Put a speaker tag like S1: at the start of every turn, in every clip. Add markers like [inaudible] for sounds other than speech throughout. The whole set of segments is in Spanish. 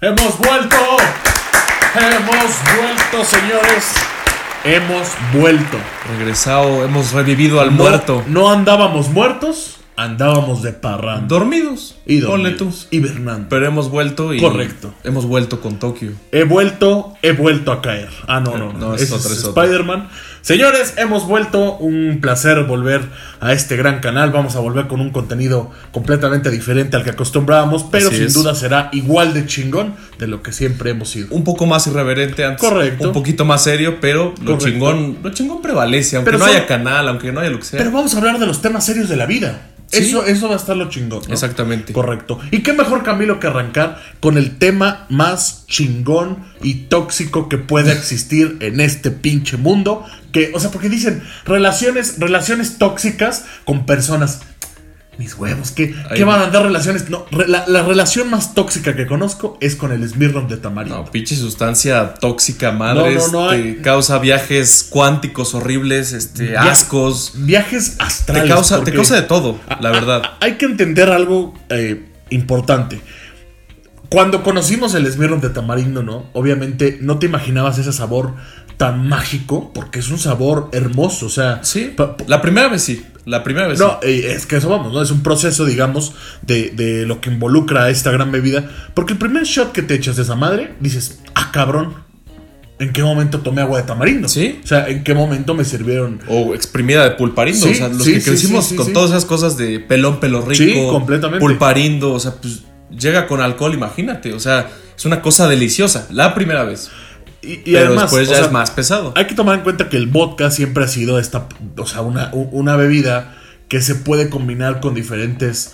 S1: Hemos vuelto. Hemos vuelto, señores. Hemos vuelto.
S2: Regresado, hemos revivido al
S1: No-
S2: muerto.
S1: No andábamos muertos, andábamos de parrando.
S2: Dormidos.
S1: Y
S2: Ponle
S1: dormidos,
S2: tú.
S1: Hibernando.
S2: Pero hemos vuelto y.
S1: Correcto.
S2: Hemos vuelto con Tokio.
S1: He vuelto, he vuelto a caer. Ah, no, no, no.
S2: No, es
S1: ese
S2: otra,
S1: es
S2: es otra.
S1: Spider-Man. Señores, hemos vuelto. Un placer volver a este gran canal. Vamos a volver con un contenido completamente diferente al que acostumbrábamos, pero
S2: Así
S1: sin
S2: es.
S1: duda será igual de chingón de lo que siempre hemos sido.
S2: Un poco más irreverente antes.
S1: Correcto.
S2: Un poquito más serio, pero lo
S1: Correcto.
S2: chingón. Lo chingón prevalece, aunque
S1: Pero
S2: no
S1: son-
S2: haya canal, aunque no haya lo que sea.
S1: Pero vamos a hablar de los temas serios de la vida.
S2: Sí.
S1: Eso, eso va a estar lo chingón. ¿no?
S2: Exactamente.
S1: Correcto. Y qué mejor Camilo que arrancar con el tema más chingón y tóxico que
S2: [laughs]
S1: pueda existir en este pinche mundo. Que, o sea, porque dicen relaciones, relaciones tóxicas con personas. Mis huevos, ¿qué,
S2: Ay,
S1: qué van a
S2: no.
S1: andar relaciones? No, re- la, la relación más tóxica que conozco es con el Smirnoff de Tamarindo.
S2: No, pinche sustancia tóxica, madre.
S1: No, no, no,
S2: este,
S1: hay-
S2: Causa viajes cuánticos horribles, este,
S1: Via-
S2: ascos.
S1: Viajes astrales.
S2: Te causa,
S1: porque-
S2: te causa de todo, la verdad.
S1: [laughs] Ah, Hay que entender algo eh, importante. Cuando conocimos el Smirnoff de tamarindo, ¿no? Obviamente no te imaginabas ese sabor tan mágico, porque es un sabor hermoso, o sea...
S2: Sí.
S1: pa- pa-
S2: La primera vez sí. La primera vez
S1: no, eh, es que eso vamos, ¿no? Es un proceso, digamos, de, de lo que involucra esta gran bebida. Porque el primer shot que te echas de esa madre, dices, ah, cabrón, ¿en qué momento tomé agua de tamarindo?
S2: Sí.
S1: O sea, ¿en qué momento me sirvieron
S2: O exprimida de pulparindo.
S1: Sí,
S2: o sea, los
S1: sí,
S2: que
S1: sí,
S2: crecimos
S1: sí, sí,
S2: con
S1: sí.
S2: todas esas cosas de pelón, pelo rico.
S1: Sí, completamente.
S2: Pulparindo. O sea, pues llega con alcohol, imagínate. O sea, es una cosa deliciosa. La primera vez.
S1: Y, y
S2: Pero
S1: además,
S2: después
S1: o
S2: ya
S1: sea,
S2: es más pesado.
S1: Hay que tomar en cuenta que el vodka siempre ha sido esta, o sea, una, u- una bebida que se puede combinar con diferentes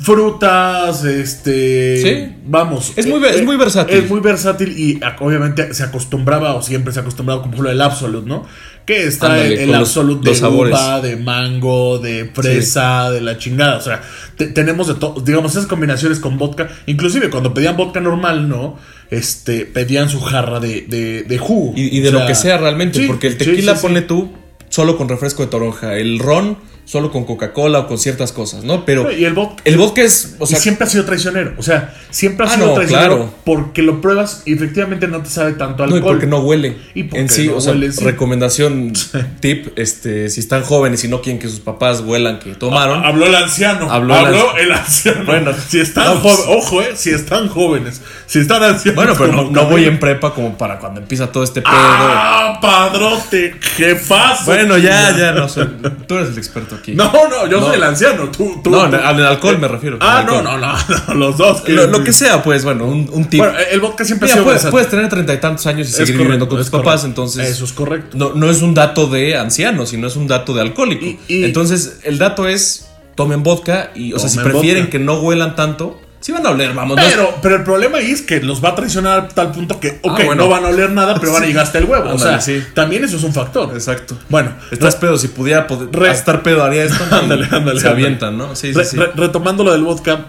S1: frutas, este,
S2: Sí.
S1: vamos, eh,
S2: Es muy ve- es muy versátil.
S1: es muy versátil y a- obviamente se acostumbraba o siempre se ha acostumbrado, como por ejemplo el absolute, ¿no? Que está
S2: Ándale,
S1: el, el
S2: con los-
S1: absolute
S2: los
S1: de
S2: sabores.
S1: uva, de mango, de fresa, de la chingada, o sea, te- tenemos de todo, digamos esas combinaciones con vodka, inclusive cuando pedían vodka normal, ¿no? Este, pedían su jarra de, de, de jugo.
S2: Y, y de
S1: O
S2: lo
S1: sea,
S2: que sea realmente.
S1: sí,
S2: porque el
S1: sí,
S2: tequila,
S1: sí, sí.
S2: ponle tú, solo con refresco de toronja. El ron, solo con Coca-Cola o con ciertas cosas, ¿no? Pero
S1: Y el vodka.
S2: el vodka es. O
S1: y
S2: sea,
S1: siempre ha sido traicionero. O sea, siempre ha
S2: Ah,
S1: sido
S2: no,
S1: traicionero
S2: claro.
S1: porque lo pruebas y efectivamente no te sabe tanto
S2: No,
S1: alcohol.
S2: y porque no huele.
S1: Y porque
S2: en sí,
S1: no
S2: o sea,
S1: huele, sí. [laughs]
S2: recomendación, tip, este, si están jóvenes y no quieren que sus papás huelan que tomaron.
S1: Habló el anciano. Habló,
S2: Habló el
S1: el
S2: anci-
S1: anciano.
S2: Bueno,
S1: si están
S2: no, pues-
S1: jóvenes, ojo, eh, si están jóvenes, si están ancianos.
S2: bueno, pero
S1: como
S2: no, no voy
S1: Camilo.
S2: en prepa como para cuando empieza todo este pedo.
S1: ¡Ah, padrote! ¡Jefazo!
S2: bueno, ya, ya, no soy, tú eres el experto aquí.
S1: No, no, yo
S2: No.
S1: soy el anciano. Tú, tú,
S2: No,
S1: tú.
S2: al al alcohol me refiero.
S1: Ah,
S2: al
S1: no, no,
S2: alcohol.
S1: no, no, [laughs] los dos.
S2: Lo, lo que sea, pues, bueno, un, un tip.
S1: eh, Bueno, el vodka siempre ha
S2: Mira,
S1: sido
S2: puedes,
S1: versátil.
S2: puedes tener treinta y tantos años y
S1: Es
S2: seguir
S1: correcto,
S2: viviendo con
S1: es
S2: tus papás,
S1: correcto.
S2: entonces.
S1: Eso es correcto.
S2: No, no es un dato de anciano, sino es un dato de alcohólico.
S1: Y- y-
S2: Entonces, el dato es, tomen vodka y, o sea, si
S1: Tomen
S2: prefieren
S1: vodka.
S2: que no huelan tanto, sí van a oler, vamos. no es-
S1: Pero, pero el problema ahí es que los va a traicionar a tal punto que, ok,
S2: bueno.
S1: no van a oler nada, pero van a
S2: Sí.
S1: llegar hasta el huevo. o sea,
S2: Ándale, sí.
S1: también eso es un factor.
S2: Exacto.
S1: Bueno,
S2: Estás pedo, si pudiera poder,
S1: Re-
S2: estar pedo haría esto. ¿no?
S1: [laughs] Ándale, ándale,
S2: Se
S1: ándale.
S2: avientan, ¿no? Sí, sí,
S1: re-
S2: sí.
S1: re- retomando lo del vodka,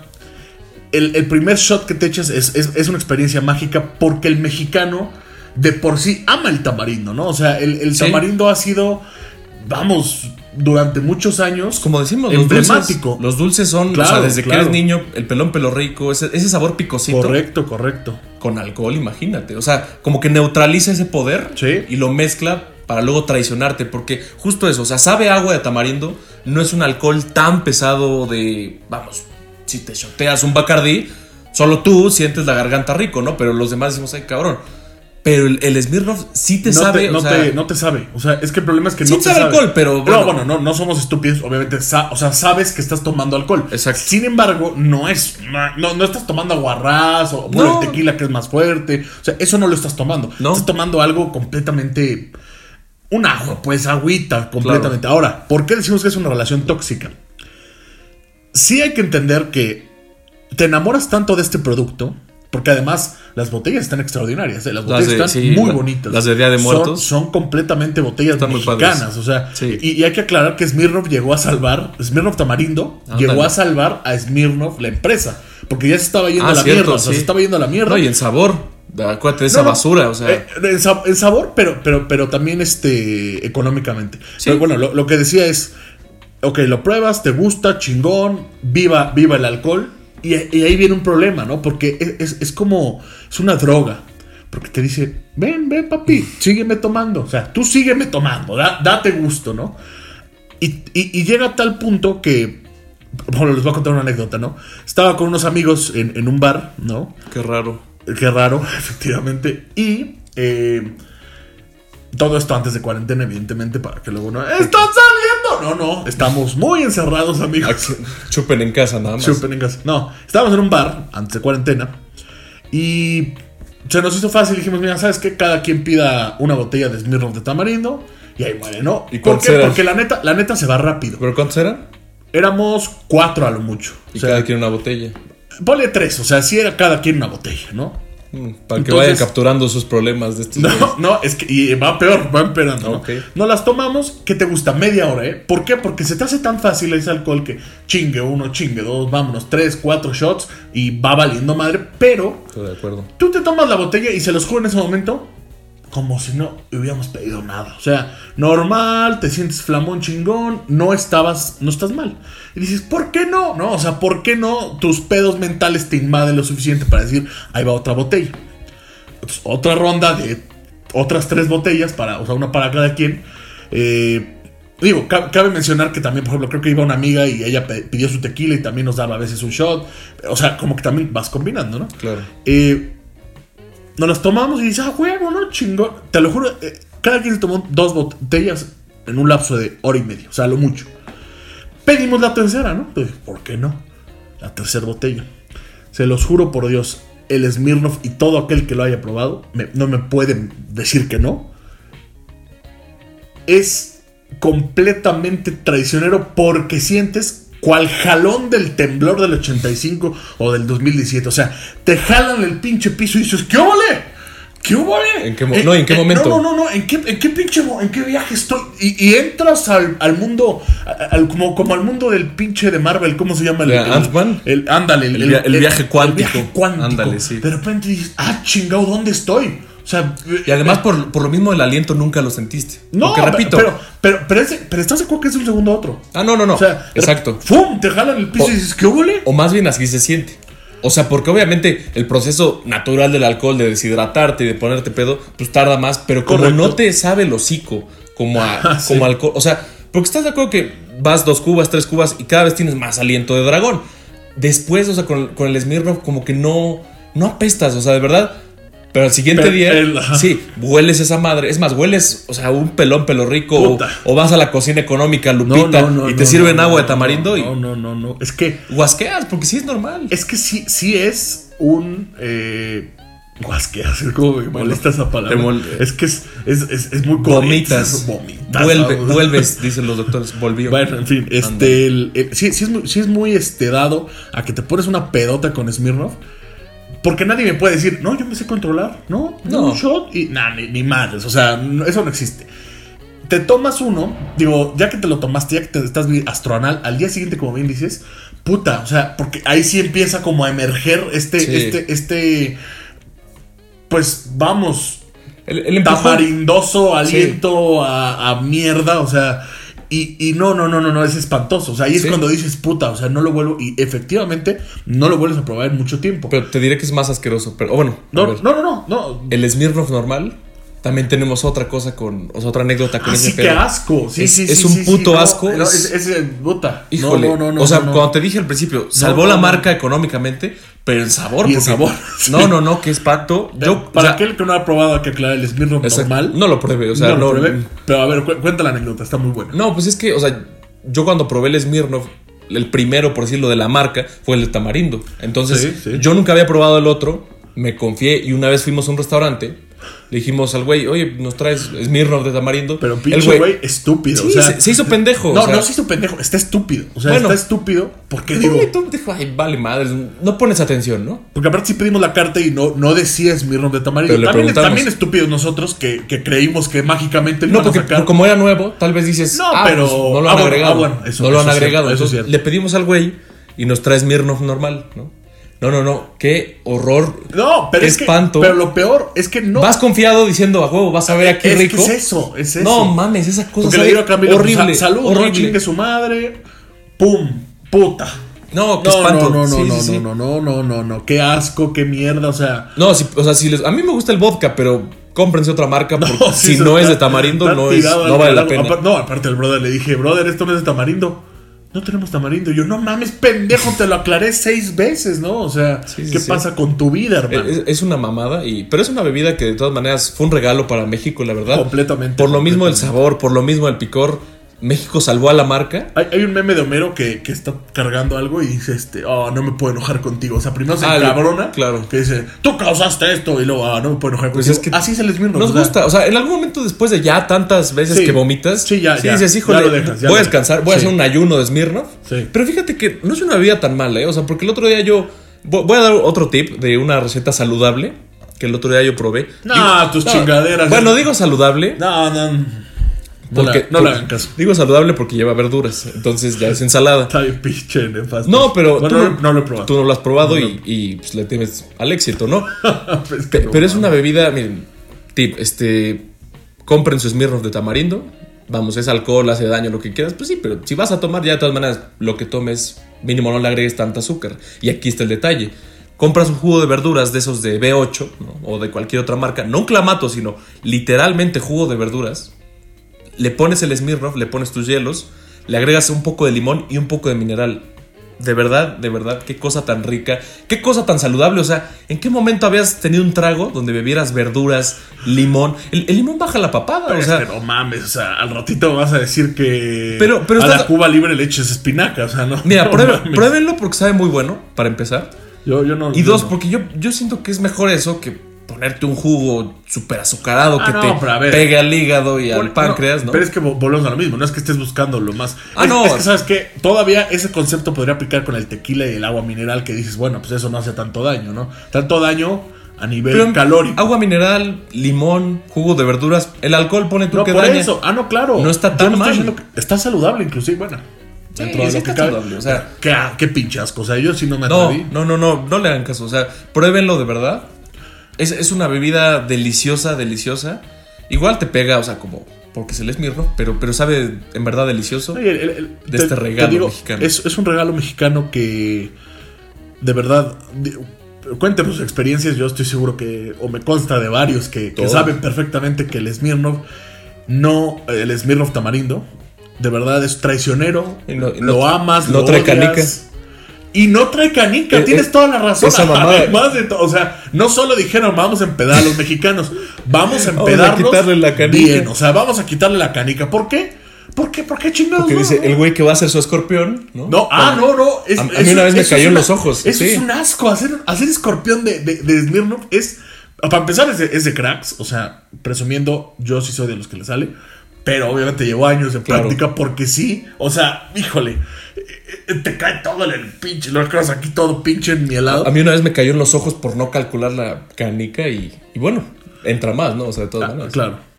S1: el, el primer shot que te echas es, es- es una experiencia mágica porque el mexicano de por sí ama el tamarindo, ¿no? O sea, el, el
S2: Sí.
S1: tamarindo ha sido, vamos, durante muchos años.
S2: Como decimos, Los
S1: Emblemático.
S2: dulces, los dulces son, o sea,
S1: Claro,
S2: desde
S1: claro.
S2: que eres niño, el pelón pelo rico, ese, ese sabor picosito
S1: correcto, correcto.
S2: con alcohol, imagínate. O sea, como que neutraliza ese poder
S1: Sí.
S2: y lo mezcla para luego traicionarte. Porque justo eso, o sea, sabe a agua de tamarindo, no es un alcohol tan pesado de, vamos, si te shoteas un bacardí, solo tú sientes la garganta rico, ¿no? Pero los demás decimos, ay, cabrón. Pero el, el Smirnoff sí te
S1: no
S2: sabe,
S1: Te, no,
S2: o sea,
S1: te, no te sabe. O sea, es que el problema es que
S2: Sí
S1: no te
S2: sabe alcohol, pero
S1: No,
S2: bueno.
S1: bueno, no, no somos estúpidos. Obviamente, sa- o sea, sabes que estás tomando alcohol.
S2: Exacto.
S1: Sin embargo, no es. No, no estás tomando aguarrás o puro
S2: No.
S1: tequila que es más fuerte. O sea, eso no lo estás tomando.
S2: No.
S1: Estás tomando algo completamente. Un agua, pues agüita, completamente. Ahora, ¿por qué decimos que es una relación tóxica? Sí hay que entender que te enamoras tanto de este producto, porque además las botellas están extraordinarias, ¿eh? las botellas
S2: de-
S1: están
S2: sí,
S1: muy
S2: la-
S1: bonitas.
S2: las de Día de
S1: Son-
S2: Muertos.
S1: Son, completamente botellas
S2: Están muy
S1: mexicanas,
S2: padres.
S1: o sea,
S2: Sí.
S1: y, y hay que aclarar que Smirnoff llegó a salvar, Smirnoff Tamarindo
S2: Ándale.
S1: llegó a salvar a Smirnoff la empresa, porque ya se estaba yendo
S2: Ah,
S1: a la
S2: cierto,
S1: mierda, o sea,
S2: sí.
S1: se estaba yendo a la mierda.
S2: No, y en sabor. Acuérdate de esa
S1: No, no,
S2: basura, o sea.
S1: eh, en, sa- en sabor, pero, pero, pero también este, económicamente.
S2: Sí.
S1: Pero bueno, lo, lo que decía es, ok, lo pruebas, te gusta, chingón, viva, viva el alcohol, Y, y ahí viene un problema, ¿no? Porque es, es, es como, es una droga. Porque te dice, ven, ven,
S2: Mm.
S1: papi, sígueme tomando. O sea, tú sígueme tomando, da- date gusto, ¿no? Y, y- y llega a tal punto que, bueno, les voy a contar una anécdota, ¿no? Estaba con unos amigos en, en un bar, ¿no?
S2: Qué raro.
S1: Qué raro, [laughs] efectivamente. Y eh, todo esto antes de cuarentena, evidentemente, para que luego no... ¡Están saliendo! No, no, estamos muy encerrados, amigos.
S2: Chupen en casa nada
S1: [laughs]
S2: más.
S1: Chupen en casa. No, estábamos en un bar antes de cuarentena y se nos hizo fácil. Dijimos, mira, ¿sabes qué? Cada quien pida una botella de Smirnoff de tamarindo y ahí muere, ¿no?
S2: ¿Y
S1: ¿Por
S2: cuántos
S1: qué?
S2: eran?
S1: Porque la neta, la neta se va rápido.
S2: ¿Pero cuántos eran?
S1: Éramos cuatro a lo mucho.
S2: Y
S1: o sea,
S2: cada quien una botella.
S1: ponle tres, o sea, sí era cada quien una botella, ¿no?
S2: Mm, Para que
S1: Entonces-
S2: vayan capturando sus problemas de este estos. güeyes.
S1: No, no, es que y va peor, va empeorando. ¿no?
S2: Ok.
S1: Nos las tomamos, ¿qué te gusta? Media hora, ¿eh? ¿Por qué? Porque se te hace tan fácil ese alcohol que chingue uno, chingue dos, vámonos, tres, cuatro shots y va valiendo madre, pero
S2: Estoy de acuerdo.
S1: Tú te tomas la botella y se los juro en ese momento, como si no hubiéramos pedido nada. O sea, normal, te sientes flamón chingón, no estabas, no estás mal. Y dices, ¿por qué no? No, o sea, ¿por qué no tus pedos mentales te invaden lo suficiente para decir, ahí va otra botella? Entonces, otra ronda de otras tres botellas, para, o sea, una para cada quien. Eh, digo, ca- cabe mencionar que también, por ejemplo, creo que iba una amiga y ella pe- pidió su tequila y también nos daba a veces un shot. O sea, como que también vas combinando, ¿no?
S2: Claro.
S1: Eh, nos las tomamos y dices, ah, huevo, no, chingón. Te lo juro, eh, cada quien se tomó dos botellas en un lapso de hora y media, o sea, lo mucho. Pedimos la tercera, ¿no? Pues, ¿por qué no? La tercera botella. Se los juro por Dios, el Smirnoff y todo aquel que lo haya probado, me- no me pueden decir que no. Es completamente traicionero porque sientes cual jalón del temblor del 85 o del 2017. O sea, te jalan el pinche piso y dices, ¿qué ole? ¿Qué hubo? ole?".
S2: ¿En qué mo- no, ¿en qué momento?
S1: No, no, no, no, ¿en qué, en qué pinche, mo- en qué viaje estoy? Y, y entras al, al mundo, a- al- como, como al mundo del pinche de Marvel, ¿cómo se llama? El,
S2: ¿De
S1: el-
S2: Ant-Man?
S1: el- ándale,
S2: El via- el viaje cuántico.
S1: viaje cuántico.
S2: Ándale, sí.
S1: De repente dices, ah, chingado, ¿dónde estoy? O sea,
S2: Y además, por, por lo mismo, el aliento nunca lo sentiste.
S1: Eh. no,
S2: Porque
S1: pero-
S2: repito.
S1: Pero, pero, pero, ese- pero estás de acuerdo que es de un segundo a otro.
S2: ah, no, no, no.
S1: O sea, de
S2: Exacto.
S1: rep- ¡Fum! Te jalan el piso y dices, ¿qué huele?
S2: O más bien así se siente. O sea, porque obviamente el proceso natural del alcohol de deshidratarte y de ponerte pedo, pues tarda más, pero como
S1: Correcto. Ah,
S2: no te sabe el hocico, como,
S1: [laughs]
S2: a,
S1: Sí.
S2: como alcohol. O sea, porque estás de acuerdo que vas dos cubas, tres cubas y cada vez tienes más aliento de dragón. Después, o sea, con, con el Smirnoff, como que no, no apestas, o sea, de verdad. Pero al siguiente
S1: Pero
S2: día,
S1: el- ajá.
S2: sí, hueles esa madre. Es más, hueles, o sea, un pelón pelo rico. O,
S1: Puta.
S2: o vas a la cocina económica, Lupita, y te sirven agua de tamarindo y
S1: No, no, no, no. Es que,
S2: Guasqueas, porque sí es normal.
S1: es que sí, sí es un. Eh, guasqueas, es como me molesta esa palabra.
S2: te mol-
S1: es que es, es, es, es muy [laughs]
S2: Vomitas.
S1: Vomitas.
S2: Vuelve,
S1: ¿no?
S2: vuelves, dicen los doctores. Volvió.
S1: Bueno, en fin, este, el- el- sí, sí es muy, sí es muy este, dado a que te pones una pedota con Smirnoff. Porque nadie me puede decir, no, yo me sé controlar. No, no.
S2: No.
S1: Un shot y nada, ni, ni madres. O sea, no- eso no existe. Te tomas uno, digo, ya que te lo tomaste, ya que te estás vi- astroanal, al día siguiente, como bien dices, puta, o sea, porque ahí sí empieza como a emerger este,
S2: Sí.
S1: este, este, pues vamos,
S2: el, el empujón.
S1: tamarindoso aliento a, a mierda, o sea, y, y no, no, no, no, no, es espantoso, o sea, ahí es
S2: Sí.
S1: cuando dices, puta, o sea, no lo vuelvo, y efectivamente no lo vuelves a probar en mucho tiempo.
S2: Pero te diré que es más asqueroso. Pero o bueno, a
S1: no,
S2: ver.
S1: no, no, no, no,
S2: el Smirnoff normal. También tenemos otra cosa con. O sea, otra anécdota con
S1: así
S2: ese
S1: que
S2: pedo.
S1: asco, Ah, sí,
S2: Es-
S1: sí,
S2: es
S1: sí,
S2: un
S1: sí, sí,
S2: puto
S1: no,
S2: asco,
S1: no,
S2: es-
S1: es, es, eh, puta, no,
S2: Híjole.
S1: no, no, no,
S2: o sea,
S1: no, no.
S2: cuando te dije al principio, salvó
S1: no,
S2: la
S1: no.
S2: marca económicamente, pero el sabor.
S1: Y el
S2: porque-
S1: sabor,
S2: [laughs]
S1: sí.
S2: No, no, no, qué espanto. Yo,
S1: para
S2: o sea,
S1: aquel que no ha probado, hay que aclarar el Smirnoff
S2: exacto,
S1: normal.
S2: No lo pruebe, o sea,
S1: no lo
S2: no-
S1: probé, pero a ver, cu- cuenta la anécdota, está muy buena.
S2: No, pues es que, o sea, yo cuando probé el Smirnoff, el primero, por decirlo, de la marca, fue el de tamarindo. Entonces,
S1: Sí, sí.
S2: yo nunca había probado el otro, me confié y una vez fuimos a un restaurante, le dijimos al güey, oye, ¿nos traes Smirnoff de tamarindo?
S1: Pero
S2: El
S1: pinche güey, estúpido.
S2: sí,
S1: o sea,
S2: se, se hizo pendejo.
S1: No,
S2: o sea,
S1: no se hizo pendejo, está estúpido. O sea,
S2: Bueno.
S1: está estúpido porque
S2: el
S1: digo.
S2: güey tú dijo, ay, vale madre, no pones atención, ¿no?
S1: Porque aparte sí pedimos la carta y no, no decía Smirnoff de Tamarindo.
S2: Pero le
S1: También,
S2: preguntamos.
S1: también estúpidos nosotros que, que creímos que mágicamente lo
S2: No,
S1: iban a
S2: porque
S1: sacar.
S2: como era nuevo, tal vez dices,
S1: No,
S2: ah,
S1: pero-
S2: pues, no lo
S1: ah,
S2: han
S1: bueno,
S2: agregado.
S1: ah, bueno, eso-
S2: no lo
S1: eso
S2: han
S1: es cierto,
S2: agregado.
S1: eso es
S2: Entonces,
S1: cierto.
S2: le pedimos al güey y nos traes Smirnoff normal, ¿no? No, no, no, qué horror.
S1: No, pero
S2: qué
S1: es que-
S2: espanto.
S1: pero lo peor es que no.
S2: Vas confiado diciendo a huevo, vas a ver aquí
S1: es
S2: rico.
S1: que es eso, es eso.
S2: No mames, esa cosa
S1: Porque le
S2: sabe
S1: dieron a Camilo pues,
S2: horrible,
S1: sa- salud, no
S2: horrible.
S1: chingue su madre. Pum, puta.
S2: No, qué
S1: No,
S2: espanto.
S1: no, no, no,
S2: Sí,
S1: no,
S2: sí, sí.
S1: no, no, no, no, no, no. Qué asco, qué mierda. O sea,
S2: No, sí, o sea, si les- a mí me gusta el vodka, pero cómprense otra
S1: [laughs]
S2: marca porque
S1: Oh, sí,
S2: si
S1: eso
S2: no es
S1: está-
S2: de tamarindo
S1: está
S2: no es
S1: tirado
S2: no
S1: al
S2: vale la
S1: carajo.
S2: pena.
S1: Apar- no, aparte el brother le dije, brother, esto no es de tamarindo. No tenemos tamarindo. Y Yo, no mames, pendejo, te lo aclaré seis veces, ¿no? O sea,
S2: Sí, sí,
S1: ¿qué
S2: sí.
S1: pasa con tu vida, hermano?
S2: Es, es una mamada y pero es una bebida que de todas maneras fue un regalo para México, la verdad.
S1: Completamente,
S2: Por lo mismo el
S1: completamente.
S2: sabor, por lo mismo el picor, México salvó a la marca.
S1: Hay, hay un meme de Homero que, que está cargando algo y dice, este, oh, no me puedo enojar contigo. O sea, primero se
S2: Ah, lo-
S1: encabrona.
S2: claro.
S1: Que dice, tú causaste esto. Y luego, ah, no me puedo enojar
S2: Pues
S1: contigo.
S2: es que
S1: Así se les vino.
S2: Nos gusta, o sea, en algún momento después de ya tantas veces
S1: Sí.
S2: que vomitas,
S1: Sí, ya, ya.
S2: dices,
S1: Ya
S2: híjole,
S1: lo dejas, ya
S2: voy a
S1: lo dejas".
S2: descansar, voy a
S1: Sí.
S2: hacer un ayuno de Smirnoff.
S1: Sí.
S2: Pero fíjate que no es una bebida tan mala, ¿eh? O sea, porque el otro día yo vo- voy a dar otro tip de una receta saludable que el otro día yo probé.
S1: No, tus chingaderas.
S2: Bueno, digo saludable.
S1: No, no. No,
S2: Porque,
S1: la- no le hagan caso.
S2: Digo saludable porque lleva verduras, entonces ya
S1: [laughs]
S2: es ensalada.
S1: Está bien pinche nefasto.
S2: No, pero
S1: Bueno,
S2: tú
S1: no, no lo he probado. [laughs]
S2: Tú no lo has probado
S1: No lo he
S2: y, y, pues, le temes al éxito, ¿no?
S1: Pues que
S2: Pe-
S1: no,
S2: pero es
S1: mames.
S2: una bebida, miren, tip, este, compren su Smirnoff de tamarindo. Vamos, es alcohol, hace daño, lo que quieras. Pues sí, pero si vas a tomar, ya de todas maneras, lo que tomes, mínimo no le agregues tanta azúcar. Y aquí está el detalle. Compras un jugo de verduras de esos de B8 ¿no? o de cualquier otra marca, no un clamato, sino literalmente jugo de verduras. Le pones el Smirnoff, le pones tus hielos, le agregas un poco de limón y un poco de mineral. De verdad, de verdad, qué cosa tan rica, qué cosa tan saludable. O sea, ¿en qué momento habías tenido un trago donde bebieras verduras, limón? El, el limón baja la papada,
S1: Pero
S2: o sea.
S1: no mames, o sea, al ratito vas a decir que
S2: Pero- pero
S1: a
S2: estás-
S1: la Cuba libre le eches espinaca, o sea, no. [laughs]
S2: Mira,
S1: no
S2: pruebe-
S1: mames.
S2: pruébenlo porque sabe muy bueno, para empezar.
S1: Yo, yo no.
S2: Y
S1: yo
S2: dos,
S1: no.
S2: porque yo, yo siento que es mejor eso que ponerte un jugo súper azucarado
S1: Ah,
S2: que
S1: no,
S2: te
S1: pero a ver.
S2: pegue al hígado y
S1: Bueno,
S2: al páncreas, ¿no?
S1: Pero es que vo- volvemos a lo mismo, no es que estés buscando lo más.
S2: Ah,
S1: es,
S2: no.
S1: es que sabes que todavía ese concepto podría aplicar con el tequila y el agua mineral que dices, bueno, pues eso no hace tanto daño, ¿no? Tanto daño a nivel
S2: Pero
S1: calórico.
S2: Agua mineral, limón, jugo de verduras. El alcohol pone tú
S1: no,
S2: que
S1: por
S2: daña.
S1: eso. Ah, no, claro.
S2: No está
S1: Yo
S2: tan
S1: estoy
S2: mal.
S1: diciendo que- está saludable, inclusive, bueno.
S2: Sí,
S1: dentro de
S2: sí
S1: lo
S2: está
S1: que cabe.
S2: saludable, o sea.
S1: qué, ah, qué pinchasco. O sea, yo sí no me
S2: No,
S1: atreví.
S2: no, no, no, no le hagan caso. O sea, pruébenlo de verdad. Es, es una bebida deliciosa, deliciosa. Igual te pega, o sea, como porque se les mirro, pero, pero sabe en verdad delicioso.
S1: Oye, el- el-
S2: De este regalo mexicano.
S1: Es, es un regalo mexicano que de verdad. di- Cuéntenos sus experiencias, yo estoy seguro que, o me consta de varios que, que
S2: Todos.
S1: saben perfectamente que el Smirnoff, no, el Smirnoff tamarindo, de verdad es traicionero,
S2: Y no- y no
S1: lo
S2: tra-
S1: amas,
S2: no
S1: lo
S2: trae
S1: odias,
S2: canica.
S1: Y no trae canica,
S2: Eh,
S1: tienes
S2: eh,
S1: toda la razón.
S2: esa
S1: [laughs]
S2: mamada.
S1: Además de todo, o sea, no solo dijeron vamos a empedar a los mexicanos, vamos a
S2: [laughs] Vamos a
S1: empedarlos
S2: quitarle la canica.
S1: bien, o sea, vamos a quitarle la canica. ¿Por qué? ¿Por qué? ¿Por qué chingados?
S2: Porque
S1: no?
S2: dice el güey que va a ser su escorpión, ¿no?
S1: No, ah, no, no. es-
S2: A- a mí
S1: eso-
S2: una vez me
S1: eso
S2: cayó
S1: es
S2: en
S1: una-
S2: los ojos,
S1: Eso
S2: sí.
S1: es un asco. Hacer, hacer escorpión de, de, de Smirnoff es. Para empezar, es de, es de cracks. O sea, presumiendo, yo sí soy de los que le sale. Pero obviamente llevo años de
S2: Claro.
S1: práctica porque sí. O sea, híjole. eh, eh, Te cae todo en el pinche. Lo creas aquí todo pinche en mi helado.
S2: A mí una vez me cayó en los ojos por no calcular la canica y, y bueno, entra más, ¿no? O sea, de todas maneras.
S1: Ah, claro.